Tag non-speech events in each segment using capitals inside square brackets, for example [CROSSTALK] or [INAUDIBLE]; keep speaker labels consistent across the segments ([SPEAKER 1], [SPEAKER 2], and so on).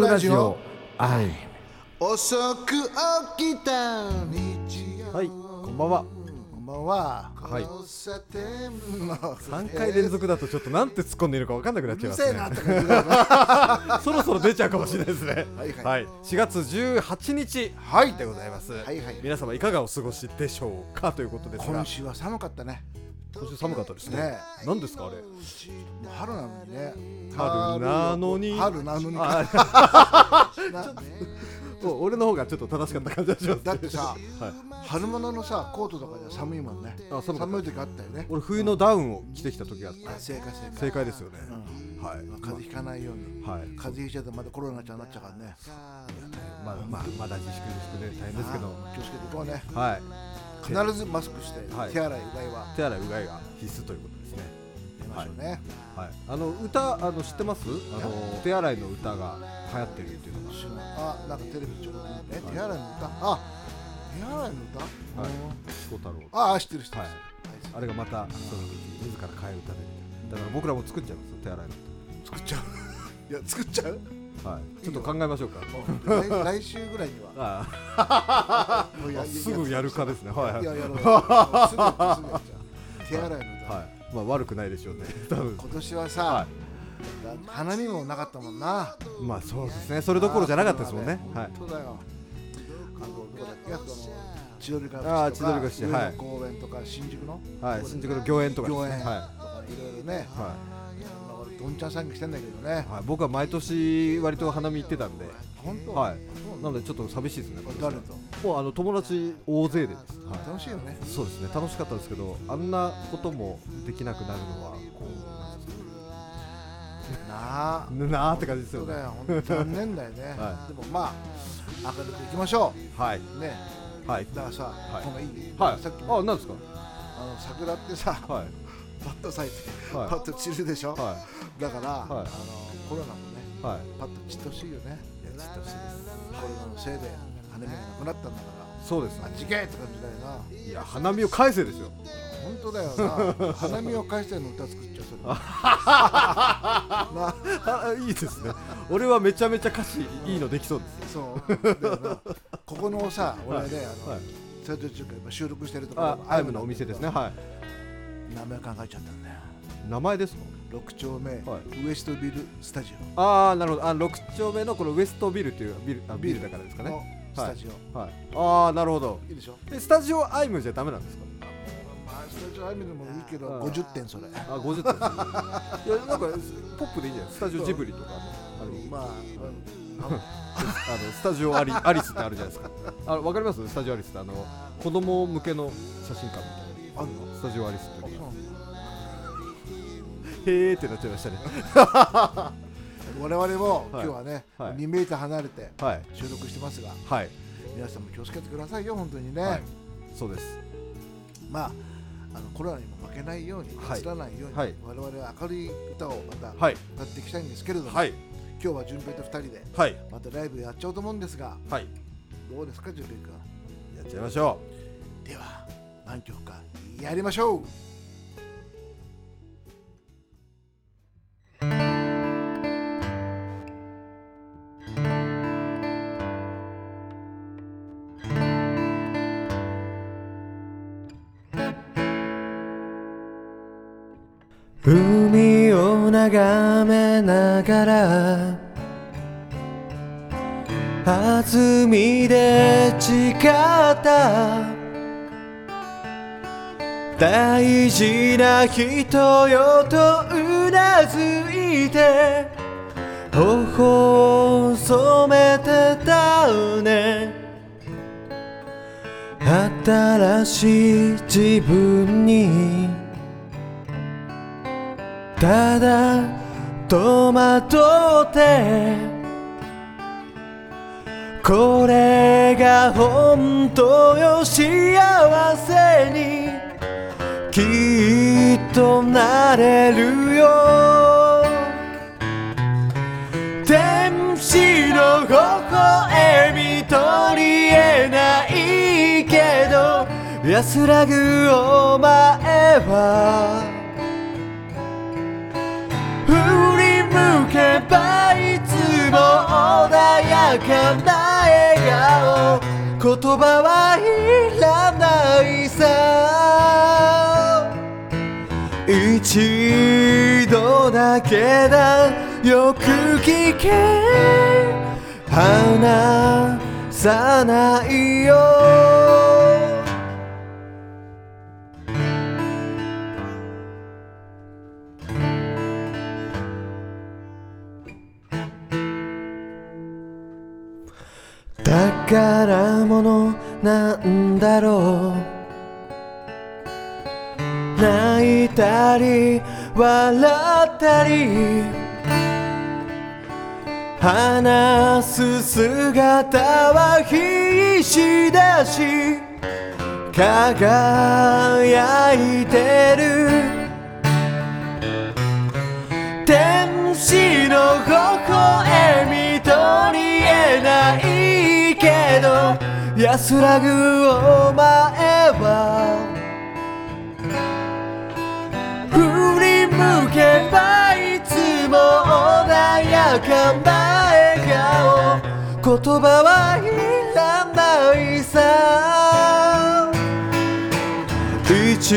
[SPEAKER 1] ラジオ愛
[SPEAKER 2] 遅く起きた日曜
[SPEAKER 1] はいこんばんは
[SPEAKER 2] こんばんは
[SPEAKER 1] はい
[SPEAKER 2] 交差点の
[SPEAKER 1] 3回連続だとちょっとなんて突っ込んでいるのか分かんなくなっちゃい
[SPEAKER 2] うる
[SPEAKER 1] ま
[SPEAKER 2] せ
[SPEAKER 1] す
[SPEAKER 2] えなっ
[SPEAKER 1] ね
[SPEAKER 2] て感じ
[SPEAKER 1] [LAUGHS]
[SPEAKER 2] だな
[SPEAKER 1] そろそろ出ちゃうかもしれないですね
[SPEAKER 2] はいはい
[SPEAKER 1] はい4月18日
[SPEAKER 2] はい
[SPEAKER 1] でございます
[SPEAKER 2] はいはい
[SPEAKER 1] 皆様いかがお過ごしでしょうかということですが
[SPEAKER 2] 今週は寒かったね
[SPEAKER 1] 今週寒かったですね
[SPEAKER 2] ね
[SPEAKER 1] 何ですかあれ
[SPEAKER 2] もう春なのにね
[SPEAKER 1] 春なのに
[SPEAKER 2] 春なのに
[SPEAKER 1] あ
[SPEAKER 2] [LAUGHS] な
[SPEAKER 1] そう俺の方がちょっと正しかった感じがします
[SPEAKER 2] だってさ
[SPEAKER 1] はい
[SPEAKER 2] 春物のさコートとかじゃ寒いもんね
[SPEAKER 1] あ寒かった
[SPEAKER 2] 寒い時あったよね
[SPEAKER 1] 俺冬のダウンを着てきた時があって
[SPEAKER 2] あ正解正解
[SPEAKER 1] 正解ですよね
[SPEAKER 2] うん
[SPEAKER 1] はい
[SPEAKER 2] 風邪ひかないように
[SPEAKER 1] はい
[SPEAKER 2] 風邪ひいちゃってまたコロナちゃんなっちゃうからね
[SPEAKER 1] まあまあまだ自粛自粛で大変ですけど
[SPEAKER 2] 気をつけていこうね
[SPEAKER 1] はい
[SPEAKER 2] 必ずマスクして
[SPEAKER 1] はい
[SPEAKER 2] 手洗いうがいは
[SPEAKER 1] 手洗いうがいが必須ということですね
[SPEAKER 2] やりましょうね
[SPEAKER 1] はいあの歌あの知ってますあの手洗いの歌が流行ってるっていうのが
[SPEAKER 2] あなんかテレビちょっとえ手洗いの歌あ手洗いの歌
[SPEAKER 1] はい彦太郎
[SPEAKER 2] ああ知ってる知ってる
[SPEAKER 1] はいあれがまたその自ら替え歌でだから僕らも作っちゃいますよ手洗いの
[SPEAKER 2] 作っちゃう [LAUGHS] いや作っち
[SPEAKER 1] [LAUGHS]
[SPEAKER 2] ゃう
[SPEAKER 1] 歌はいちょっと考えましょうか
[SPEAKER 2] 来来週ぐらいには
[SPEAKER 1] あ
[SPEAKER 2] もう
[SPEAKER 1] あすぐやるかですねはいはい
[SPEAKER 2] い
[SPEAKER 1] は
[SPEAKER 2] や
[SPEAKER 1] い
[SPEAKER 2] やろうやろうすぐやっちゃうすぐやっちゃう手洗いの歌、
[SPEAKER 1] まあ悪くないで [LAUGHS] しょうね多分
[SPEAKER 2] 今年はさ、
[SPEAKER 1] は
[SPEAKER 2] 花見もなかったもんない
[SPEAKER 1] まあそうですねそれどころじゃなかったですもんねはい
[SPEAKER 2] 本当だよあのどこだっけあその千鳥ヶ
[SPEAKER 1] あー
[SPEAKER 2] 淵と
[SPEAKER 1] 千
[SPEAKER 2] か
[SPEAKER 1] 鳥ヶ淵はい
[SPEAKER 2] 上野公園とか新宿の
[SPEAKER 1] はい新宿の御苑とかです
[SPEAKER 2] 公
[SPEAKER 1] ね
[SPEAKER 2] 園と
[SPEAKER 1] は
[SPEAKER 2] かいろいろね
[SPEAKER 1] いはい
[SPEAKER 2] なんかどんちゃんさんしてんだけどね
[SPEAKER 1] はい、僕は毎年割と花見行ってたんで、
[SPEAKER 2] 本当
[SPEAKER 1] はい、なのでちょっと寂しいですね。
[SPEAKER 2] 誰と
[SPEAKER 1] もうあの友達大勢でです、は
[SPEAKER 2] 楽しい
[SPEAKER 1] [LAUGHS]
[SPEAKER 2] よね
[SPEAKER 1] い、そうですね、楽しかったですけど、あんなこともできなくなるのは、こ
[SPEAKER 2] なあ
[SPEAKER 1] う、なあって感じですよ
[SPEAKER 2] そうだ
[SPEAKER 1] ね。
[SPEAKER 2] よ本当残念だよね
[SPEAKER 1] [LAUGHS] は
[SPEAKER 2] でもまあ明るく行きましょ
[SPEAKER 1] はい、
[SPEAKER 2] うね
[SPEAKER 1] はい、
[SPEAKER 2] だからさ
[SPEAKER 1] い
[SPEAKER 2] このいい
[SPEAKER 1] はい、
[SPEAKER 2] さっきも
[SPEAKER 1] あ、なんですか。
[SPEAKER 2] あの桜ってさ
[SPEAKER 1] はい、
[SPEAKER 2] パッと咲いて
[SPEAKER 1] はい
[SPEAKER 2] パッと散るでしょ
[SPEAKER 1] は
[SPEAKER 2] だから
[SPEAKER 1] は
[SPEAKER 2] あ
[SPEAKER 1] い
[SPEAKER 2] のコロナもね
[SPEAKER 1] い、はい、
[SPEAKER 2] パッと散ってほしいよね
[SPEAKER 1] いや、ちょっと欲しいで
[SPEAKER 2] コロナのせいで花見がなくなったんだから
[SPEAKER 1] す。そうです
[SPEAKER 2] あ
[SPEAKER 1] ね。
[SPEAKER 2] っちけーって感じだよない
[SPEAKER 1] や、花見を返せですよ。
[SPEAKER 2] 本当だよな花見を返しての歌作っちゃうそれな
[SPEAKER 1] あ、いいですね。俺はめちゃめちゃ歌詞いいのできそうです。
[SPEAKER 2] そうだよなここのさ俺ねあ
[SPEAKER 1] は
[SPEAKER 2] の
[SPEAKER 1] い
[SPEAKER 2] 生徒中華今収録してるとこ
[SPEAKER 1] あ
[SPEAKER 2] ろ、
[SPEAKER 1] アイムのお店ですね。は
[SPEAKER 2] 名前考えちゃったんだよ
[SPEAKER 1] い。名前ですか。
[SPEAKER 2] 6丁目、
[SPEAKER 1] は
[SPEAKER 2] ウエストビルスタジ
[SPEAKER 1] ああなるほどあ六丁目のこのウエストビルというビルあ
[SPEAKER 2] オ
[SPEAKER 1] ビルだからですかね
[SPEAKER 2] のスタジオ、
[SPEAKER 1] はいああなるほど
[SPEAKER 2] い、いでしょ
[SPEAKER 1] でスタジオアイムじゃダメなんですか
[SPEAKER 2] まあスタジオアイムでもいいけど
[SPEAKER 1] あ
[SPEAKER 2] 50点それま
[SPEAKER 1] あ50点ですねいやなんかポップでいいんじゃないスタジオジブリとかあのあの
[SPEAKER 2] あ
[SPEAKER 1] あのスタジオアリアリスってあるじゃないですかあのわかりますスタジオアリスってあの子供向けの写真館み
[SPEAKER 2] あんの
[SPEAKER 1] たいなスタジオアリスっていうのが
[SPEAKER 2] そう
[SPEAKER 1] へえってなっちゃいましたね
[SPEAKER 2] 我々も今
[SPEAKER 1] はい
[SPEAKER 2] 日はね、
[SPEAKER 1] はい
[SPEAKER 2] 2メーター離れて
[SPEAKER 1] はい
[SPEAKER 2] 収録してますが
[SPEAKER 1] はい、
[SPEAKER 2] 皆さんも気をつけてくださいよ本当にね、
[SPEAKER 1] はい、そうです
[SPEAKER 2] まああのコロナにも負けないように
[SPEAKER 1] はい
[SPEAKER 2] 映らないように、
[SPEAKER 1] はい
[SPEAKER 2] 我々は明るい歌をまた
[SPEAKER 1] はい
[SPEAKER 2] 歌っていきたいんですけれども、
[SPEAKER 1] はい
[SPEAKER 2] 今日は順平と2人で
[SPEAKER 1] はい
[SPEAKER 2] またライブやっちゃおうと思うんですが
[SPEAKER 1] はい
[SPEAKER 2] どうですか順平君
[SPEAKER 1] やっちゃいましょう
[SPEAKER 2] では何曲かやりましょう
[SPEAKER 3] 海を眺めながら弾みで誓った大事な人よとうなずいて微笑めてたね新しい自分にただ戸惑ってこれが本当よ幸せにきっとなれるよ天使の微笑みとりえないけど安らぐお前は振り向けばいつも穏
[SPEAKER 1] 儚笑顔言葉はいらないさ一度だけだよく聞け離さないよ宝物なんだろう泣いたり笑ったり話す姿は必死だし輝いてる天使の微笑みとりえないけど安らぐお前は振り向けばいつも穏やかな笑顔言葉はいらないさ一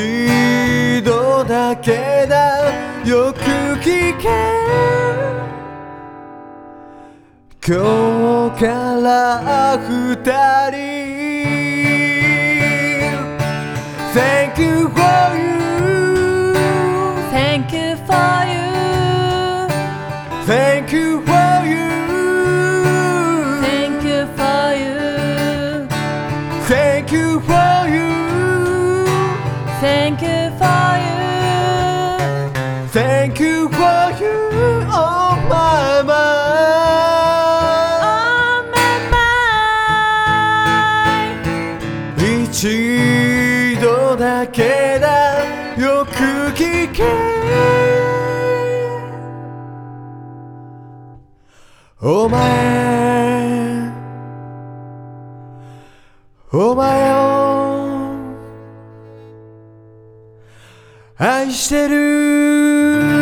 [SPEAKER 1] 度だけだよく聞け今日から二人 Thank you for you
[SPEAKER 4] Thank you for you.
[SPEAKER 1] Thank you for you. Thank
[SPEAKER 4] Thank you for you.
[SPEAKER 1] you for you.
[SPEAKER 4] Thank you for you.
[SPEAKER 1] Thank you for you. Oh my my.
[SPEAKER 4] Oh my my.
[SPEAKER 1] 一度だけだ。よく聞け。お前。お前を。愛してる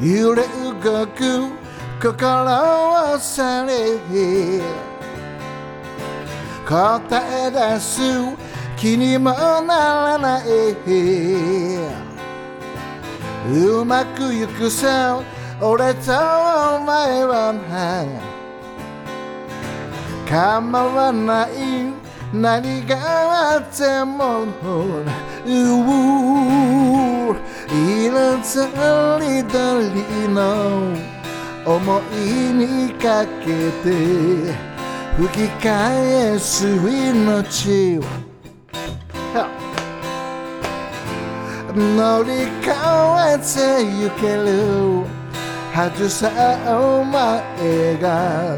[SPEAKER 2] 揺れ動く心をさり答え出す気にもならないうまくいくさ俺とお前は構わない何があってもうう色とりどりの思いにかけて吹き返す命を乗り越えてゆけるはずさお前が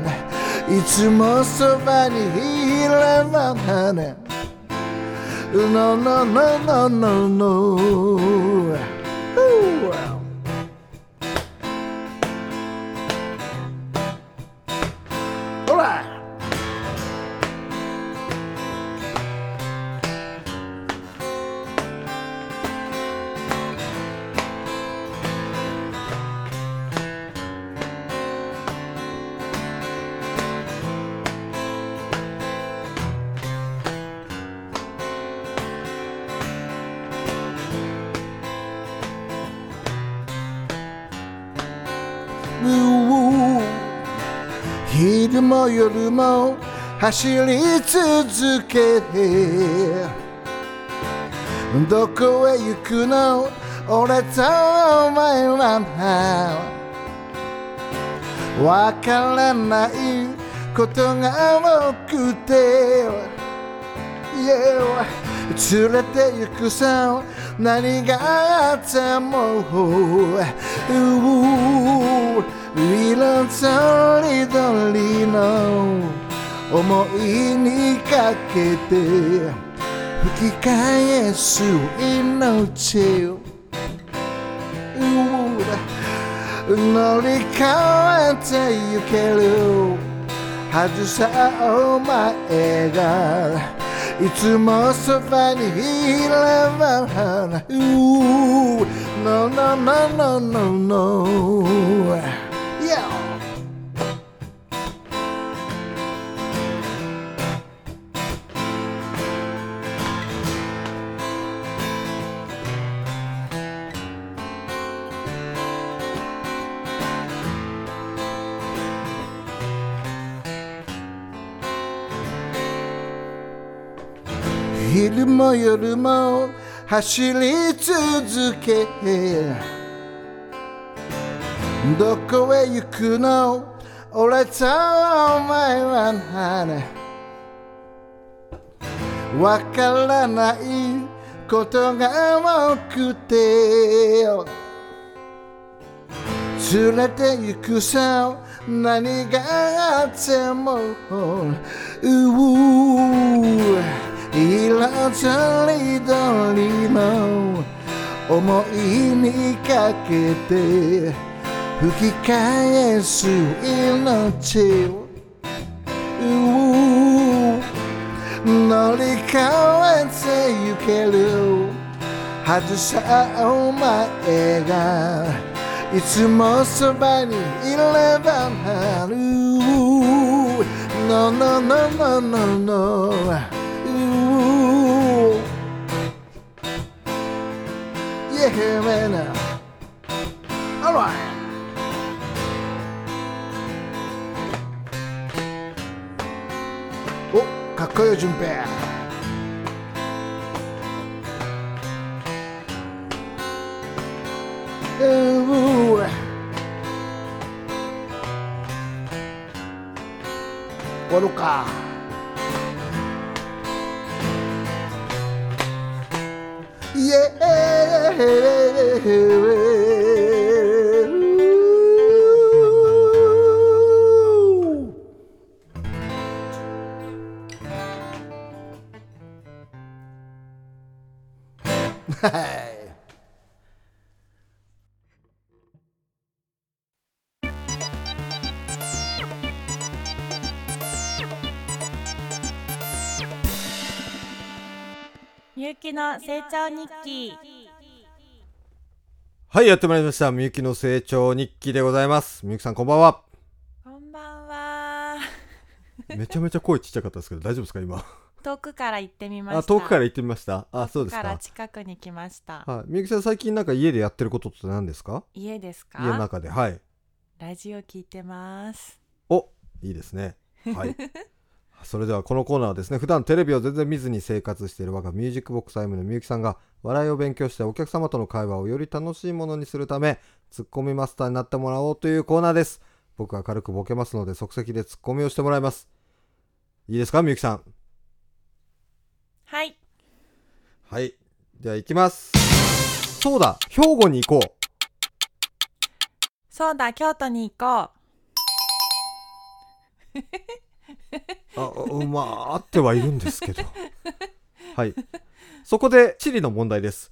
[SPEAKER 2] いつもそばにいればなね No no no no no no Ooh. Alright. 昼も夜も走り続けてどこへ行くの俺とお前はわからないことが多くて Yeah 連れて行くさ何があっても Ooh 色とりどりの思いにかけて吹き返す命を乗り換えてゆけるはずさお前がいつもそばにいれば Ooh, No no no no no no Yeah 昼も夜も走り続けどこへ行くの俺とお前はなわからないことが多くて連れて行くさ何があってもうう色とりどりの思いにかけて吹き返す命をうう乗り換えてゆけるはずさお前がいつもそばにいればなる No no no no no no Ooh. Yeah man Alright おかっこいいよ順平うー終わろうかイエ [LAUGHS] ーイはい
[SPEAKER 4] みゆきの成長日記
[SPEAKER 1] はい、やってまいりました。みゆきの成長日記でございます。みゆきさん、こんばんは。
[SPEAKER 4] こんばんは
[SPEAKER 1] めちゃめちゃ声ちっちゃかったですけど、大丈夫ですか、今。
[SPEAKER 4] [LAUGHS] 遠くから行ってみました
[SPEAKER 1] あ、遠くから行ってみました。あ、そうです
[SPEAKER 4] から
[SPEAKER 1] か。
[SPEAKER 4] 近くに来ました
[SPEAKER 1] はい、みゆきさん、最近なんか家でやってることって何ですか
[SPEAKER 4] 家です
[SPEAKER 1] 家の
[SPEAKER 4] か
[SPEAKER 1] 中で。はい。
[SPEAKER 4] ラジオ聞いてます
[SPEAKER 1] おいいですね。はい。 [LAUGHS] それではこのコーナーはですね、普段テレビを全然見ずに生活している我がミュージックボックスタイムのみゆきさんが笑いを勉強してお客様との会話をより楽しいものにするため、ツッコミマスターになってもらおうというコーナーです。僕は軽くボケますので即席でツッコミをしてもらいます。いいですかみゆきさん。
[SPEAKER 4] はい
[SPEAKER 1] はい。では行きます。そうだ兵庫に行こう
[SPEAKER 4] そうだ京都に行こう。
[SPEAKER 1] あ、うまあ、あってはいるんですけど。はい。そこで地理の問題です。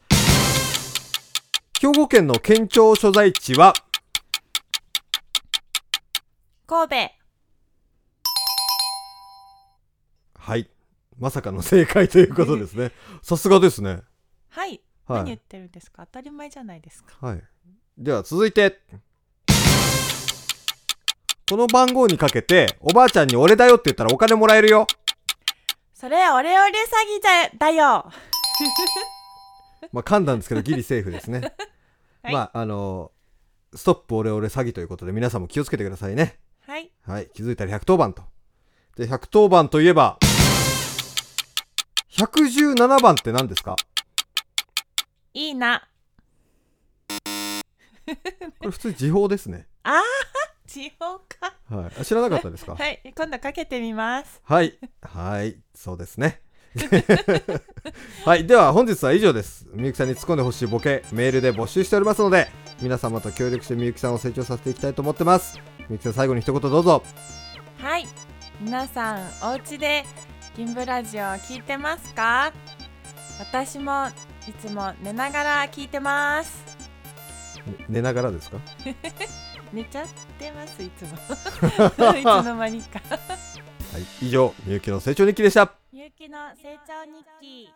[SPEAKER 1] 兵庫県の県庁所在地は
[SPEAKER 4] 神戸
[SPEAKER 1] はい。まさかの正解ということですね。さすがですね。
[SPEAKER 4] はい、何
[SPEAKER 1] は
[SPEAKER 4] 言っ
[SPEAKER 1] い。
[SPEAKER 4] てるんですか当たり前じゃないですか
[SPEAKER 1] はい、では続いて。この番号にかけて、おばあちゃんに俺だよって言ったらお金もらえるよ。
[SPEAKER 4] それオレオレ詐欺じゃだよ
[SPEAKER 1] まあ、噛んだんですけど、ギリセーフですね。
[SPEAKER 4] [LAUGHS] はい
[SPEAKER 1] まあ、あのストップオレオレ詐欺ということで、皆さんも気をつけてくださいね。
[SPEAKER 4] はい
[SPEAKER 1] はい。気づいたら110番と。で、110番といえば、117番って何ですか
[SPEAKER 4] いいな。
[SPEAKER 1] これ普通に時報ですね。
[SPEAKER 4] 地方か。
[SPEAKER 1] はいあ。知らなかったですか
[SPEAKER 4] はい、今度かけてみます。
[SPEAKER 1] はい。はい。そうですね。はい。では、本日は以上です。みゆきさんに突っ込んでほしいボケ、メールで募集しておりますので、皆様と協力してみゆきさんを成長させていきたいと思ってます。みゆきさん、最後に一言どうぞ。
[SPEAKER 4] はい、皆さんお家で銀ブラジオ聞いてますか？私もいつも寝ながら聞いてます。
[SPEAKER 1] ね寝ながらですか
[SPEAKER 4] 寝ちゃってます [LAUGHS] いつも。いつの間に [LAUGHS] か。
[SPEAKER 1] はい。以上、みゆきの成長日記でした。
[SPEAKER 4] ゆうきの成長日記。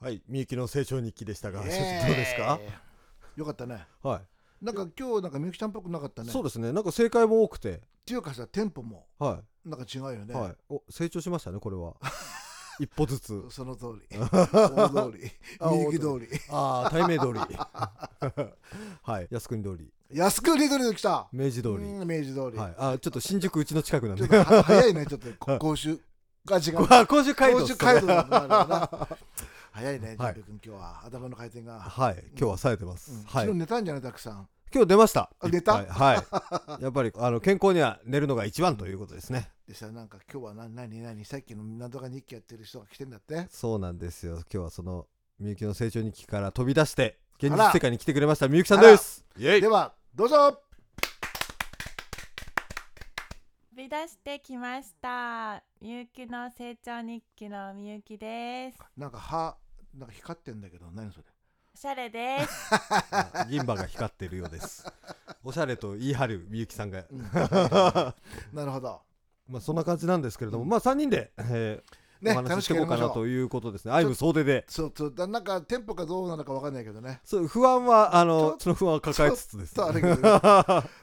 [SPEAKER 1] はい。みゆきの成長日記でしたが、
[SPEAKER 2] え
[SPEAKER 1] 先生どうですか
[SPEAKER 2] よかったね
[SPEAKER 1] は
[SPEAKER 2] なんか今日なんかみゆきちゃんっぽくなかった
[SPEAKER 1] い。
[SPEAKER 2] ね
[SPEAKER 1] そう
[SPEAKER 2] っ
[SPEAKER 1] ですね。なんか正解も多くて。
[SPEAKER 2] ていうかさテンポも
[SPEAKER 1] は
[SPEAKER 2] なんか違うよ
[SPEAKER 1] い。
[SPEAKER 2] ね、
[SPEAKER 1] はい。お、成長しましたね、これ
[SPEAKER 2] [LAUGHS]
[SPEAKER 1] は。一歩ずつ。
[SPEAKER 2] その通
[SPEAKER 1] [LAUGHS]
[SPEAKER 2] り大通 [LAUGHS] り
[SPEAKER 1] あ
[SPEAKER 2] みゆき通り
[SPEAKER 1] ああ、対名通り。
[SPEAKER 2] [LAUGHS]
[SPEAKER 1] はい。靖国通り。
[SPEAKER 2] 安くリグルで来た
[SPEAKER 1] 明治通り。
[SPEAKER 2] うん明治通り、
[SPEAKER 1] はい、あちょっと新宿うちの近くなん
[SPEAKER 2] ちょ
[SPEAKER 1] で
[SPEAKER 2] っ [LAUGHS] とは早いねちょっと
[SPEAKER 1] [LAUGHS]
[SPEAKER 2] こ公衆が違う
[SPEAKER 1] あ甲州街道
[SPEAKER 2] 公
[SPEAKER 1] っす
[SPEAKER 2] 衆
[SPEAKER 1] ね
[SPEAKER 2] 街道だとなるよ
[SPEAKER 1] [LAUGHS]
[SPEAKER 2] な早いね
[SPEAKER 1] は
[SPEAKER 2] 淳
[SPEAKER 1] い
[SPEAKER 2] 君今日は頭の回転が、
[SPEAKER 1] はい今日は冴えてます、
[SPEAKER 2] うん
[SPEAKER 1] はい
[SPEAKER 2] 昨日寝たんじゃないたくさん
[SPEAKER 1] 今日出ました
[SPEAKER 2] あ出た
[SPEAKER 1] いっぱいはいやっぱりあの健康には寝るのが一番ということですね
[SPEAKER 2] でさなんか今日はな何何さっきのなんとか日記やってる人が来てんだって
[SPEAKER 1] そうなんですよ今日はそのみゆきの成長日記から飛び出して現実世界に来てくれましたみゆきさんですイエイ
[SPEAKER 2] ではどうぞ
[SPEAKER 4] 飛び出してきました。みゆきの成長日記のみゆきです。
[SPEAKER 2] なんか歯なんか光ってんだけど何それ
[SPEAKER 4] おしゃ
[SPEAKER 2] [LAUGHS]
[SPEAKER 4] れです。
[SPEAKER 1] あ銀歯が光っているようです [LAUGHS] おしゃれと言い張るみゆきさんが、
[SPEAKER 2] [LAUGHS] なる
[SPEAKER 1] [LAUGHS]
[SPEAKER 2] ほど
[SPEAKER 1] まあそんな感じなんですけれども、まあ3人で、えー
[SPEAKER 2] ね
[SPEAKER 1] お話ししていこうかなということですね
[SPEAKER 2] 楽
[SPEAKER 1] ア
[SPEAKER 2] し
[SPEAKER 1] イ
[SPEAKER 2] く
[SPEAKER 1] ム総出
[SPEAKER 2] やりまし
[SPEAKER 1] で
[SPEAKER 2] そうそうだなんかテンポがどうなのかわかんないけ
[SPEAKER 1] [LAUGHS]
[SPEAKER 2] どね
[SPEAKER 1] そう不安はあの
[SPEAKER 2] ち
[SPEAKER 1] その不安を抱えつつです、
[SPEAKER 2] そうあ
[SPEAKER 1] ね、
[SPEAKER 2] れけど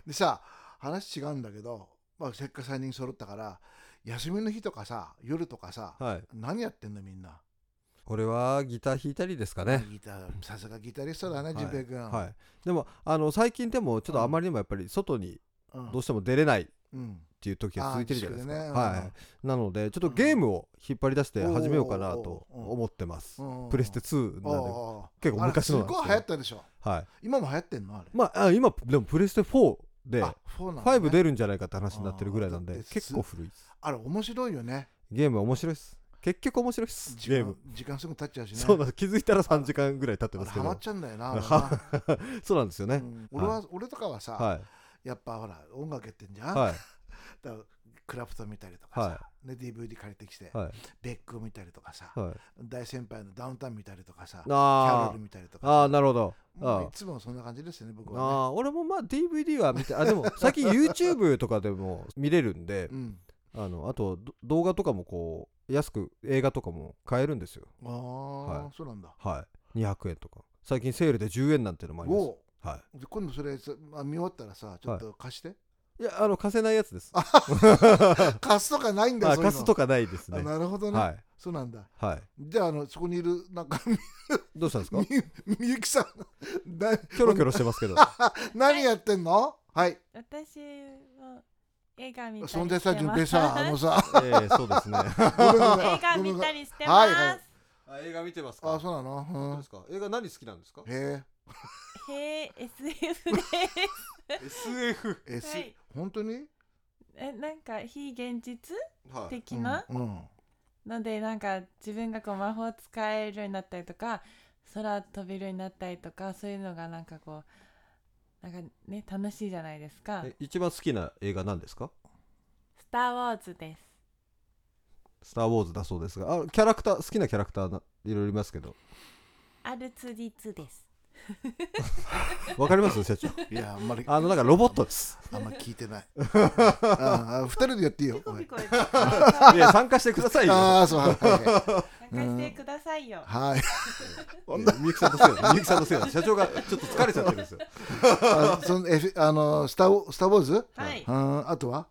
[SPEAKER 2] でさ話違うんだけど、まあ、せっかく3人揃ったから休みの日とかさ夜とかさ、
[SPEAKER 1] [LAUGHS] はい
[SPEAKER 2] 何やってんのみんな
[SPEAKER 1] 俺はギター弾いたりですかね。
[SPEAKER 2] ギターさすがギタリストだね淳平君
[SPEAKER 1] はい、でもあの最近でもちょっとあまりにもやっぱり外に
[SPEAKER 2] うん
[SPEAKER 1] どうしても出れないっ
[SPEAKER 2] うん
[SPEAKER 1] ていう時が続いてるじゃないですか、
[SPEAKER 2] あー自粛でねうん
[SPEAKER 1] はい、なのでちょっとゲームを引っ張り出して始めようかなと
[SPEAKER 2] おー
[SPEAKER 1] 思ってます、
[SPEAKER 2] うん
[SPEAKER 1] プレステ2
[SPEAKER 2] おう
[SPEAKER 1] なんで、
[SPEAKER 2] おうおう
[SPEAKER 1] 結構昔のなん
[SPEAKER 2] あ
[SPEAKER 1] で
[SPEAKER 2] れ
[SPEAKER 1] すけど
[SPEAKER 2] すごい流行ったでしょ
[SPEAKER 1] はい
[SPEAKER 2] 今も流行ってんのあれ、
[SPEAKER 1] まあ、あ今でもプレステ4で
[SPEAKER 2] あそうなんだね
[SPEAKER 1] 5出るんじゃないかって話になってるぐらいなん
[SPEAKER 2] あー
[SPEAKER 1] で
[SPEAKER 2] だって
[SPEAKER 1] 結構古いです
[SPEAKER 2] あれ面白いよね
[SPEAKER 1] ゲームは面白いです結局面白いです
[SPEAKER 2] 時
[SPEAKER 1] ゲーム
[SPEAKER 2] 間時間すぐ経っちゃうしね
[SPEAKER 1] そうなんです気づいたら3時間ぐらい経って
[SPEAKER 2] あ
[SPEAKER 1] ま
[SPEAKER 2] れ
[SPEAKER 1] すけ
[SPEAKER 2] ハマっ
[SPEAKER 1] ど
[SPEAKER 2] ちゃうんだよ
[SPEAKER 1] [LAUGHS]
[SPEAKER 2] なあれ
[SPEAKER 1] は
[SPEAKER 2] な、
[SPEAKER 1] そうなんですよ
[SPEAKER 2] う
[SPEAKER 1] ね、
[SPEAKER 2] ん俺は俺とかはさ、
[SPEAKER 1] は
[SPEAKER 2] やっぱほら音楽やってんじゃ
[SPEAKER 1] い
[SPEAKER 2] ん、
[SPEAKER 1] はい
[SPEAKER 2] だからクラプトン見たりとかさ、
[SPEAKER 1] は
[SPEAKER 2] ね、DVD 借りてきて、
[SPEAKER 1] はい
[SPEAKER 2] ベックを見たりとかさ、
[SPEAKER 1] はい
[SPEAKER 2] 大先輩のダウンタウン見たりとかさキャ
[SPEAKER 1] あ
[SPEAKER 2] ロル
[SPEAKER 1] ー
[SPEAKER 2] 見たりとかさ
[SPEAKER 1] あーなるほど
[SPEAKER 2] も
[SPEAKER 1] あ
[SPEAKER 2] う
[SPEAKER 1] ー
[SPEAKER 2] いつもそんな感じですよね僕はね
[SPEAKER 1] あー俺もまあ DVD は見てあ
[SPEAKER 2] [LAUGHS]
[SPEAKER 1] でも最近 YouTube とかでも見れるんで
[SPEAKER 2] うん
[SPEAKER 1] あのあとど動画とかもこう安く映画とかも買えるんですよ
[SPEAKER 2] ああ、
[SPEAKER 1] はい
[SPEAKER 2] そうなんだ
[SPEAKER 1] はい200円とか最近セールで10円なんていうのもありま
[SPEAKER 2] お
[SPEAKER 1] す
[SPEAKER 2] お
[SPEAKER 1] は
[SPEAKER 2] で今度それさ、まあ、見終わったらさちょっと貸して、
[SPEAKER 1] いいやあの貸せないやつですあ
[SPEAKER 2] 貸すとかないんだよそういうの
[SPEAKER 1] 貸すとかないですね
[SPEAKER 2] あなるほどね、
[SPEAKER 1] はい
[SPEAKER 2] そうなんだ
[SPEAKER 1] はい
[SPEAKER 2] じゃああのそこにいるなんか
[SPEAKER 1] どうしたんですか
[SPEAKER 2] みみみゆきさん [LAUGHS] な
[SPEAKER 1] キョロキョロしてますけど
[SPEAKER 2] 何やってんのはい
[SPEAKER 4] 私も映画見たりし
[SPEAKER 2] そ
[SPEAKER 4] てます。
[SPEAKER 2] んでさ淳平さんあ
[SPEAKER 4] [LAUGHS]
[SPEAKER 2] のさ
[SPEAKER 1] [LAUGHS] ええそうですね
[SPEAKER 2] ごめんなさい
[SPEAKER 4] 映画
[SPEAKER 2] ごめん
[SPEAKER 4] 見
[SPEAKER 2] なさ
[SPEAKER 4] た
[SPEAKER 2] い
[SPEAKER 4] りしてます。
[SPEAKER 2] はいはい
[SPEAKER 1] あ映画見てます
[SPEAKER 2] あそうなの、
[SPEAKER 1] か映画何好きなんですか
[SPEAKER 2] うん、へ
[SPEAKER 4] へえ、SF です。 [LAUGHS]
[SPEAKER 1] SF
[SPEAKER 2] え、S
[SPEAKER 4] はい
[SPEAKER 2] 本当に
[SPEAKER 4] え、なんか非現実
[SPEAKER 1] は
[SPEAKER 4] 的な
[SPEAKER 2] うんうん
[SPEAKER 4] ので、なんか自分がこう魔法使えるようになったりとか、空飛べるようになったりとか、そういうのがなんかこう、なんかね、楽しいじゃないですか。
[SPEAKER 1] 一番好きな映画何ですか
[SPEAKER 4] スター・ウォーズです。
[SPEAKER 1] スター・ウォーズだそうですがあキャラクター好きなキャラクターないろいろいますけど
[SPEAKER 4] R2D2 です。
[SPEAKER 1] わかります社長
[SPEAKER 2] いやあんまり
[SPEAKER 1] あのなんかロボットです
[SPEAKER 2] あんま聞いてないああ二人でやっていいよ
[SPEAKER 4] ピコピコ
[SPEAKER 2] はい
[SPEAKER 4] 言って
[SPEAKER 1] いや参加してくださいよ
[SPEAKER 2] ああそうはいはいはい
[SPEAKER 4] 参加してくださいよ。
[SPEAKER 2] はい。
[SPEAKER 1] みゆきさんのせいだみゆきさんのせいだ社長がちょっと疲れちゃってるんですよ
[SPEAKER 2] あそのえふあのスター・スター・ウォーズ
[SPEAKER 4] はい。
[SPEAKER 2] うんあとは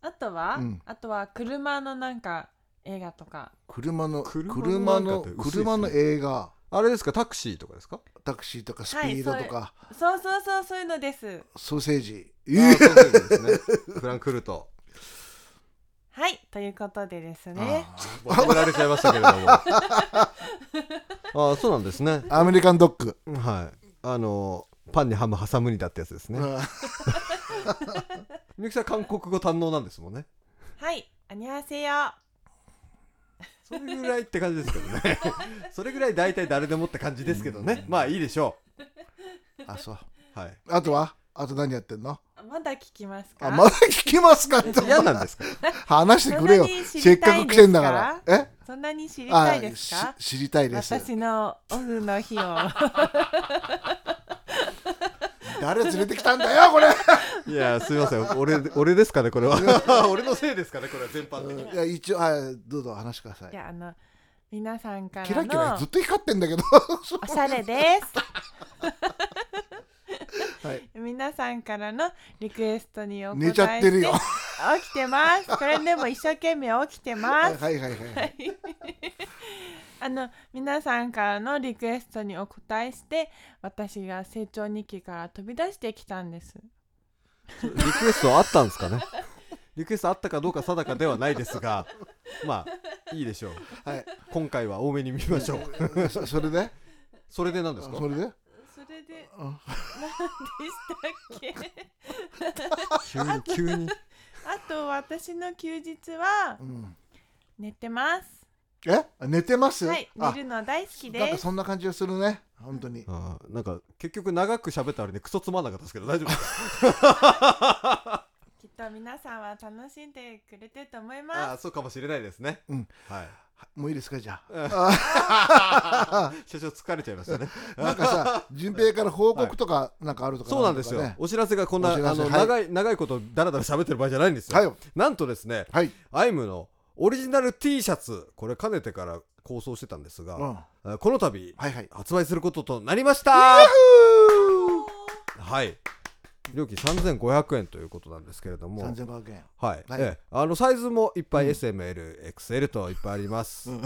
[SPEAKER 4] あとは、
[SPEAKER 2] うん
[SPEAKER 4] あとは車のなんか映画とか。
[SPEAKER 2] 車の
[SPEAKER 1] 車の
[SPEAKER 2] 車の
[SPEAKER 1] なんかって薄いっすね
[SPEAKER 2] 車の映画
[SPEAKER 1] あれですかタクシーとかですか
[SPEAKER 2] タクシーとかスピードとか、
[SPEAKER 4] そうそうそうそういうのです。
[SPEAKER 2] ソーセージ
[SPEAKER 1] あーそうですねフランクフルト
[SPEAKER 4] はい。ということでですね。
[SPEAKER 1] 忘れられちゃいましたけれども [LAUGHS] あーそうなんですね
[SPEAKER 2] アメリカンドッグ、
[SPEAKER 1] はいあのパンにハム挟むにだってやつですね
[SPEAKER 2] うん
[SPEAKER 1] みゆきさん韓国語堪能なんですもんね
[SPEAKER 4] はい。あにゃせよ。
[SPEAKER 1] それぐらいって感じですけど [LAUGHS] ねそれぐらい大体誰でもって感じですけどねまあいいでしょ
[SPEAKER 2] あそう
[SPEAKER 1] う [LAUGHS] はい
[SPEAKER 2] あとはあと何やってんの
[SPEAKER 4] まだ聞きますか。
[SPEAKER 2] あまだ聞きますかって
[SPEAKER 1] 嫌なんですか
[SPEAKER 2] 話してくれよ
[SPEAKER 4] そんなに知り
[SPEAKER 2] せったか
[SPEAKER 4] い
[SPEAKER 2] く来
[SPEAKER 4] ですか
[SPEAKER 2] てんだからえ
[SPEAKER 4] そんなに知りた
[SPEAKER 2] あ
[SPEAKER 4] いですか。
[SPEAKER 2] し知りたいです
[SPEAKER 4] 私のオフ
[SPEAKER 2] [LAUGHS]
[SPEAKER 4] の日を
[SPEAKER 2] 誰連れてきたんだよこれ
[SPEAKER 1] いやすいません俺俺ですかねこれ [LAUGHS] は俺のせいですかねこれは全般的に
[SPEAKER 2] いや一応はいどうぞ話してください
[SPEAKER 4] いやあの皆さんか
[SPEAKER 2] キ
[SPEAKER 4] ら
[SPEAKER 2] ラキラず
[SPEAKER 4] の
[SPEAKER 2] っと光ってんだけど
[SPEAKER 4] おしゃれです
[SPEAKER 2] はい
[SPEAKER 4] [LAUGHS] 皆さんからのリクエストにお答え
[SPEAKER 2] 寝ちゃってるよ
[SPEAKER 4] して起きてますこれでも一生懸命起きて
[SPEAKER 2] は
[SPEAKER 4] ま
[SPEAKER 2] い
[SPEAKER 4] す
[SPEAKER 2] はいはいはい
[SPEAKER 4] あの皆さんからのリクエストにお答えして私が成長日記から飛び出してきたんです
[SPEAKER 1] リクエストあったんですかねリクエストあったかどうか定かではないですがまあいいでしょう
[SPEAKER 2] はい
[SPEAKER 1] 今回は多めに見ましょう
[SPEAKER 2] そそれで
[SPEAKER 1] それで何ですか
[SPEAKER 2] それで
[SPEAKER 4] それで
[SPEAKER 2] うん
[SPEAKER 4] 何でしたっけ
[SPEAKER 1] 急に急に
[SPEAKER 4] あと私の休日は
[SPEAKER 2] うん
[SPEAKER 4] 寝てます
[SPEAKER 2] え寝てます
[SPEAKER 4] はい
[SPEAKER 2] あ
[SPEAKER 4] 寝るの大好
[SPEAKER 2] な
[SPEAKER 4] き
[SPEAKER 2] ん
[SPEAKER 4] で
[SPEAKER 2] か
[SPEAKER 4] す
[SPEAKER 2] そんな感じがするね本当に
[SPEAKER 1] あーなんか結局長く喋ったあれでクソつまんなかったですけど大丈夫ですか
[SPEAKER 4] きっと皆さんは楽しんでくれてると思い
[SPEAKER 1] あ
[SPEAKER 4] ま
[SPEAKER 1] ーそうかもしれないですね
[SPEAKER 2] うん
[SPEAKER 1] はい
[SPEAKER 2] もういいですかじゃあ
[SPEAKER 1] 社長疲れちゃいましたね
[SPEAKER 2] なんかさ順平から報告とかなんかあると
[SPEAKER 1] [LAUGHS]
[SPEAKER 2] か
[SPEAKER 1] そうなんですよ、
[SPEAKER 2] ね
[SPEAKER 1] お知らせがこんな
[SPEAKER 2] お
[SPEAKER 1] あ
[SPEAKER 2] 知らせ
[SPEAKER 1] の、
[SPEAKER 2] はい
[SPEAKER 1] 長い長いことだらだら喋ってる場合じゃないんですよ、
[SPEAKER 2] はい
[SPEAKER 1] なんとですね
[SPEAKER 2] はい
[SPEAKER 1] アイムのオリジナル T シャツこれかねてから構想してたんです
[SPEAKER 2] うん
[SPEAKER 1] が、
[SPEAKER 2] は
[SPEAKER 1] あこの度
[SPEAKER 2] いはい
[SPEAKER 1] 発売することとなりましたはい料金3500円ということなんですけれども
[SPEAKER 2] 3500円
[SPEAKER 1] はい、
[SPEAKER 2] はい
[SPEAKER 1] ええあのサイズもいっぱい SMLXL といっぱいあります、はい、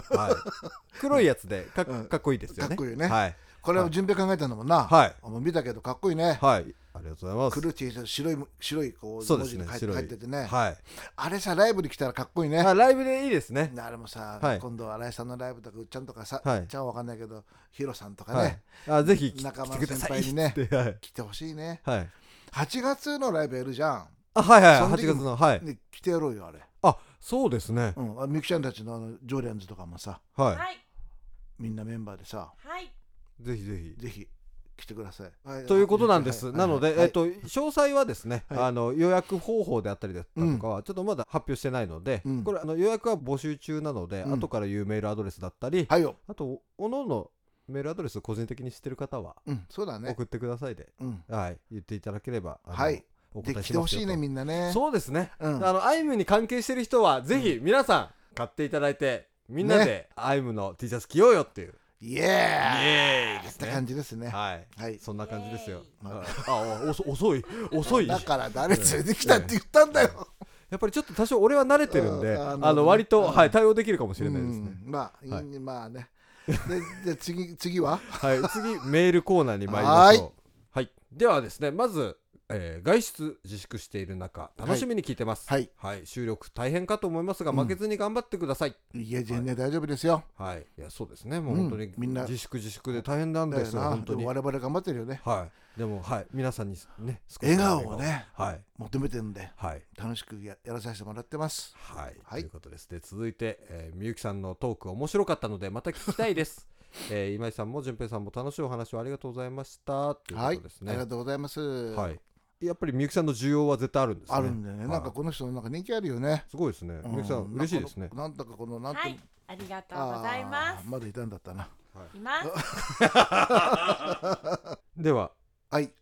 [SPEAKER 1] 黒いやつでか
[SPEAKER 2] うん
[SPEAKER 1] かっこいいですよね
[SPEAKER 2] かっこいいね
[SPEAKER 1] はい、
[SPEAKER 2] これは順平考えたんだもんな
[SPEAKER 1] はい
[SPEAKER 2] あもう見たけどかっこいいね
[SPEAKER 1] はい、ありがとうございます
[SPEAKER 2] クルー T シャツ白い白いこう
[SPEAKER 1] そうで
[SPEAKER 2] 文
[SPEAKER 1] す
[SPEAKER 2] 字
[SPEAKER 1] ね
[SPEAKER 2] が入って
[SPEAKER 1] 白い
[SPEAKER 2] 入っててね
[SPEAKER 1] はい
[SPEAKER 2] あれさライブで来たらかっこいいね
[SPEAKER 1] あライブでいいですね
[SPEAKER 2] あれもさ
[SPEAKER 1] はい
[SPEAKER 2] 今度新井さんのライブとかうっちゃんとかさ
[SPEAKER 1] はいう
[SPEAKER 2] っちゃんはわかんないけどヒロさんとか
[SPEAKER 1] はい
[SPEAKER 2] ね、
[SPEAKER 1] あぜひ来
[SPEAKER 2] 仲間
[SPEAKER 1] 来
[SPEAKER 2] の
[SPEAKER 1] てください
[SPEAKER 2] 先輩にね
[SPEAKER 1] ってはい、
[SPEAKER 2] 来てほしいね
[SPEAKER 1] [LAUGHS] はい、
[SPEAKER 2] 8月のライブやるじゃ
[SPEAKER 1] あはいはい
[SPEAKER 2] その
[SPEAKER 1] 8
[SPEAKER 2] 時
[SPEAKER 1] 月のはい
[SPEAKER 2] んで来てやろうよあれ
[SPEAKER 1] あそうですね、
[SPEAKER 2] うんあみゆきちゃんたちのあのジョーリアンズとかもさ
[SPEAKER 4] ー
[SPEAKER 1] は
[SPEAKER 4] はい
[SPEAKER 2] みんなメンバーでさ
[SPEAKER 4] はい
[SPEAKER 1] いぜひぜひ
[SPEAKER 2] ぜひ来てください。はい
[SPEAKER 1] ということなんです、
[SPEAKER 2] はい
[SPEAKER 1] なので、
[SPEAKER 2] はい
[SPEAKER 1] えっと、詳細はですね、
[SPEAKER 2] はい
[SPEAKER 1] あの予約方法であったりだとかは、ちょっとまだ発表してないので、
[SPEAKER 2] うん
[SPEAKER 1] これあの予約は募集中なので、
[SPEAKER 2] うん
[SPEAKER 1] 後から言うメールアドレスだったり、
[SPEAKER 2] はいよ、
[SPEAKER 1] あとおののメールアドレスを個人的に知ってる方は
[SPEAKER 2] うん、そうだね。
[SPEAKER 1] 送ってくださいで、
[SPEAKER 2] うん、
[SPEAKER 1] はい、言っていただければあの
[SPEAKER 2] はい
[SPEAKER 1] お答
[SPEAKER 2] で
[SPEAKER 1] え
[SPEAKER 2] 来
[SPEAKER 1] してま
[SPEAKER 2] ほ
[SPEAKER 1] すよ
[SPEAKER 2] しい
[SPEAKER 1] と
[SPEAKER 2] ねみんなね。
[SPEAKER 1] そうですね、
[SPEAKER 2] うん
[SPEAKER 1] あのアイムに関係してる人はぜひ皆さん買っていただいてみんなで、アイムの T シャツ着ようよっていう
[SPEAKER 2] イ
[SPEAKER 1] イ
[SPEAKER 2] エーイ
[SPEAKER 1] エーイで
[SPEAKER 2] っ
[SPEAKER 1] す
[SPEAKER 2] て
[SPEAKER 1] ね
[SPEAKER 2] 感じですね。
[SPEAKER 1] はい、
[SPEAKER 2] はい。
[SPEAKER 1] そんな感じですよ
[SPEAKER 2] イエーイ
[SPEAKER 1] ああおそ遅い遅いや
[SPEAKER 2] だから誰連れてきたって言ったんだよ。
[SPEAKER 1] っぱりちょっと多少俺は慣れてるんで、
[SPEAKER 2] うんあ
[SPEAKER 1] あ
[SPEAKER 2] の
[SPEAKER 1] の割と、
[SPEAKER 2] うん
[SPEAKER 1] はい、対応できるかもしれないですね、
[SPEAKER 2] うんまあ、いい
[SPEAKER 1] はい
[SPEAKER 2] まあね。でで次次は
[SPEAKER 1] はい、次メールコーナーに参りましょうはい、ではですねまず、えー外出自粛している中楽しみに聞いてます
[SPEAKER 2] はい、
[SPEAKER 1] はい収録大変かと思いますが
[SPEAKER 2] うん
[SPEAKER 1] 負けずに頑張ってください、
[SPEAKER 2] いや全然大丈夫ですよ。
[SPEAKER 1] はい、いやそうですね、もう
[SPEAKER 2] うん
[SPEAKER 1] 本当に
[SPEAKER 2] みんな
[SPEAKER 1] 自粛自粛で大変なん
[SPEAKER 2] だ
[SPEAKER 1] で
[SPEAKER 2] よ
[SPEAKER 1] すよ、
[SPEAKER 2] な
[SPEAKER 1] 本当に。
[SPEAKER 2] 我々頑張ってるよね。
[SPEAKER 1] はい、でも、はい、皆さんにね、少し
[SPEAKER 2] 笑顔をね
[SPEAKER 1] はい、
[SPEAKER 2] 求めてるんで
[SPEAKER 1] はい、
[SPEAKER 2] 楽しくややらさせてもらってます。
[SPEAKER 1] はい、
[SPEAKER 2] はい
[SPEAKER 1] ということです。で、続いて、えーみゆきさんのトーク、面白かったので、また聞きたい
[SPEAKER 2] [LAUGHS]
[SPEAKER 1] です。えー今井さんも淳平さんも楽しいお話をありがとうございました。というこ
[SPEAKER 2] はい
[SPEAKER 1] とです、
[SPEAKER 2] あり
[SPEAKER 1] ね。
[SPEAKER 2] がとうございます。
[SPEAKER 1] はい、やっぱりみゆきさんの需要は絶対あるんですね。
[SPEAKER 2] あるんだよね。なん
[SPEAKER 1] は
[SPEAKER 2] か
[SPEAKER 1] い
[SPEAKER 2] この人なんか人気あるよね。
[SPEAKER 1] すごいですね。みゆきさん、
[SPEAKER 2] う
[SPEAKER 1] 嬉しいですね。
[SPEAKER 2] なんかこのなんとかこのなん
[SPEAKER 4] はい
[SPEAKER 2] と
[SPEAKER 4] ありがとうございま
[SPEAKER 2] あ
[SPEAKER 4] す
[SPEAKER 2] ーまだいたんだったな。
[SPEAKER 4] います
[SPEAKER 1] [LAUGHS] では、
[SPEAKER 2] はい。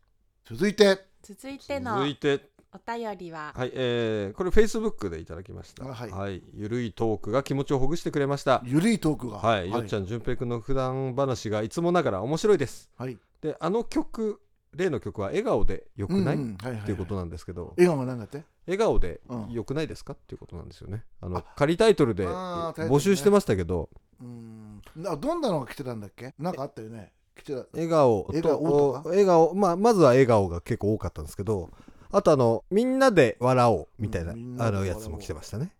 [SPEAKER 2] 続いて、
[SPEAKER 4] 続いての
[SPEAKER 1] 続いて、
[SPEAKER 4] お便りは、
[SPEAKER 1] はい、えーこれ Facebook でいただきました。
[SPEAKER 2] あはい
[SPEAKER 1] ゆるいトークが気持ちをほぐしてくれました。
[SPEAKER 2] ゆるいトークが。
[SPEAKER 1] はい、よっちゃん、じゅんぺいくんの普段話がいつもながら面白いです。
[SPEAKER 2] はい。
[SPEAKER 1] で、あの曲、例の曲は笑顔でよくない、
[SPEAKER 2] んはいは
[SPEAKER 1] っ
[SPEAKER 2] い
[SPEAKER 1] ていうことなんですけど、
[SPEAKER 2] 笑顔がなんだって
[SPEAKER 1] 笑顔で
[SPEAKER 2] うん
[SPEAKER 1] よくないですかっていうことなんですよね。あの
[SPEAKER 2] あ
[SPEAKER 1] 仮タイトルで
[SPEAKER 2] あータイトルね
[SPEAKER 1] 募集してましたけど、
[SPEAKER 2] うーん。などんなのが来てたんだっけなんかあったよね。来てた。
[SPEAKER 1] 笑顔
[SPEAKER 2] 笑顔とか
[SPEAKER 1] 笑顔まあ、まずは笑顔が結構多かったんですけど、あとあの、みんなで笑おうみたいな、
[SPEAKER 2] うんみんな
[SPEAKER 1] あ
[SPEAKER 2] で笑お
[SPEAKER 1] の
[SPEAKER 2] う
[SPEAKER 1] やつも来てましたね。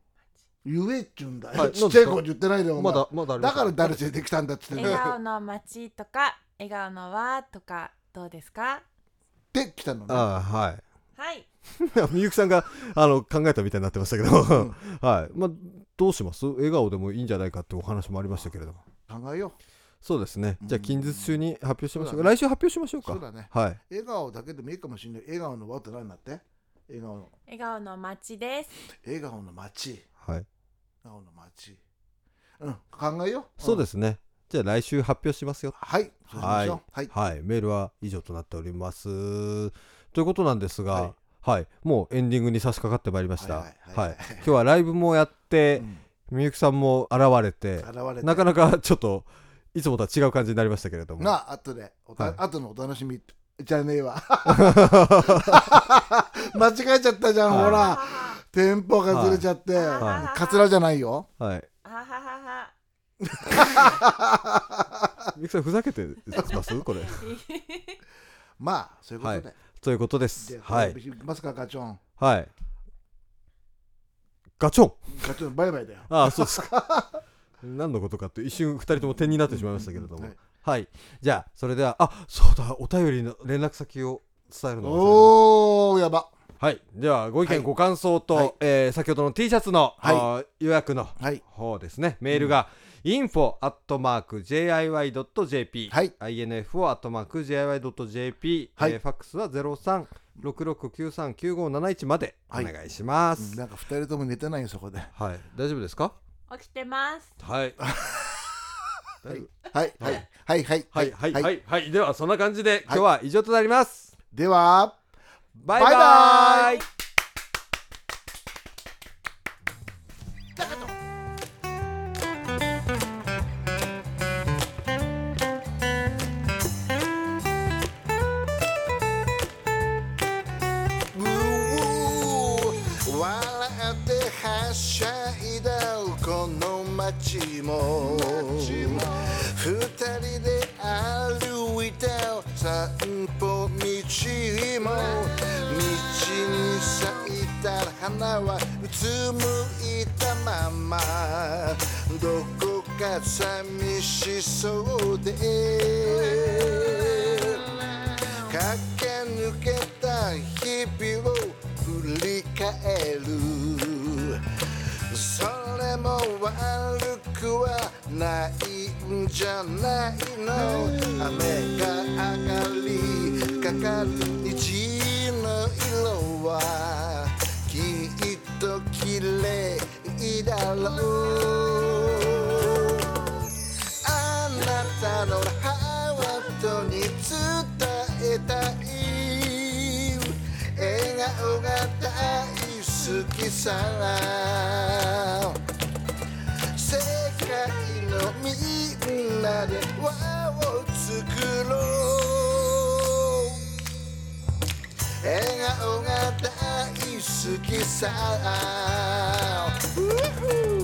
[SPEAKER 2] ゆえっちゅうんだ
[SPEAKER 1] は
[SPEAKER 2] よ。
[SPEAKER 1] い
[SPEAKER 2] ちっちゃい子に言ってないでよ。お
[SPEAKER 1] ま
[SPEAKER 2] 前
[SPEAKER 1] だ、まだありま
[SPEAKER 2] だ
[SPEAKER 1] す
[SPEAKER 2] から誰連れてきたんだっつってね。
[SPEAKER 4] 笑顔の街とか、笑顔の輪とか、どうですか
[SPEAKER 2] で来たのね。
[SPEAKER 1] ああ、はい。 [LAUGHS]
[SPEAKER 4] はい。
[SPEAKER 1] みゆきさんがあの考えたみたいになってましたけど、
[SPEAKER 2] ん
[SPEAKER 1] [LAUGHS] はいまあ、どうします笑顔でもいいんじゃないかってお話もありましたけれども
[SPEAKER 2] 考えよ
[SPEAKER 1] そうですねじゃあ
[SPEAKER 2] うん
[SPEAKER 1] 近日中に発表しましょうか、
[SPEAKER 2] そうだね
[SPEAKER 1] 来週発表しましょう
[SPEAKER 2] う。そう
[SPEAKER 1] か
[SPEAKER 2] だね。
[SPEAKER 1] はい
[SPEAKER 2] 笑顔だけでもいいかもしれない。笑顔の輪って何だって笑顔の。
[SPEAKER 4] 笑顔の街です。
[SPEAKER 2] 笑顔の街。笑
[SPEAKER 1] はい
[SPEAKER 2] 顔の街。うん。考えよう。。
[SPEAKER 1] そうですすねじゃあ来週発表しますよ
[SPEAKER 2] はい。そうしましょうはい。
[SPEAKER 1] はいメールは以上となっておりますということなんですが
[SPEAKER 2] は
[SPEAKER 1] はい
[SPEAKER 2] い、
[SPEAKER 1] もうエンディングに差し掛かってまいりました
[SPEAKER 2] は
[SPEAKER 1] はいい
[SPEAKER 2] はいはいはい
[SPEAKER 1] 今日はライブもやって
[SPEAKER 2] うん
[SPEAKER 1] みゆきさんも現れて
[SPEAKER 2] 現れて。
[SPEAKER 1] なかなかちょっといつもとは違う感じになりましたけれども
[SPEAKER 2] なあ、後で、おた、
[SPEAKER 1] はい
[SPEAKER 2] 後のお楽しみじゃねえわ。 [LAUGHS] 間違えちゃったじゃん、
[SPEAKER 1] はい
[SPEAKER 2] ほ
[SPEAKER 4] あは
[SPEAKER 2] ら。
[SPEAKER 4] は
[SPEAKER 2] テンポがずれちゃって、
[SPEAKER 4] あはは
[SPEAKER 2] カツラじゃないよ。
[SPEAKER 1] はい
[SPEAKER 4] あははは。
[SPEAKER 1] ミクさんふざけて
[SPEAKER 2] [LAUGHS]
[SPEAKER 1] ますこれ。
[SPEAKER 2] まあ、そういうことで。
[SPEAKER 1] ということで
[SPEAKER 2] じ
[SPEAKER 1] す
[SPEAKER 2] ゃ。あ、
[SPEAKER 1] はい。
[SPEAKER 2] 行きますか、ガチョン。
[SPEAKER 1] はい。ガチョン
[SPEAKER 2] ガチョン、バイバイだよ。
[SPEAKER 1] ああ、そうですか。
[SPEAKER 2] [LAUGHS]
[SPEAKER 1] 何のことかって一瞬二人とも点になってしまいましたけれども。
[SPEAKER 2] は
[SPEAKER 1] はいい。じゃあ、それでは、あそうだ、お便りの連絡先を伝えるの忘れて
[SPEAKER 2] おー、やば。
[SPEAKER 1] たはい。では、ご意見、
[SPEAKER 2] はい
[SPEAKER 1] ご感想と、
[SPEAKER 2] はい
[SPEAKER 1] えー先ほどの T シャツの、
[SPEAKER 2] はい
[SPEAKER 1] あー予約の
[SPEAKER 2] はい。
[SPEAKER 1] 方ですね。メールが、info.jiy.jp、
[SPEAKER 2] はい。
[SPEAKER 1] info.jiy.jp、
[SPEAKER 2] はい
[SPEAKER 1] えーファックスは0366939571までお願いしま
[SPEAKER 2] うん
[SPEAKER 1] す。
[SPEAKER 2] なんか二人とも寝てないよ、そこで。
[SPEAKER 1] はい、大丈夫ですか
[SPEAKER 4] 起きてます。
[SPEAKER 1] はい。
[SPEAKER 2] はい。はい。はい。はい。はい。
[SPEAKER 1] はい、はい、はい、はい。では、そんな感じで今日は以上となります。
[SPEAKER 2] では、
[SPEAKER 1] バイバ
[SPEAKER 2] バイバー
[SPEAKER 1] ー
[SPEAKER 2] イ
[SPEAKER 1] イ
[SPEAKER 2] うー笑ってはしゃいだこの街も二人で歩いた散歩道も道に咲いた花はうつむいたままどこか寂しそうで駆け抜けた日々を振り返るそれも悪くはないんじゃないの雨が上がりかかる虹の色はきっと綺麗だろうあなたのハートに伝えたい笑顔が大好きさ世界のみんなで輪を作ろう笑顔が大好きさ Woohoo!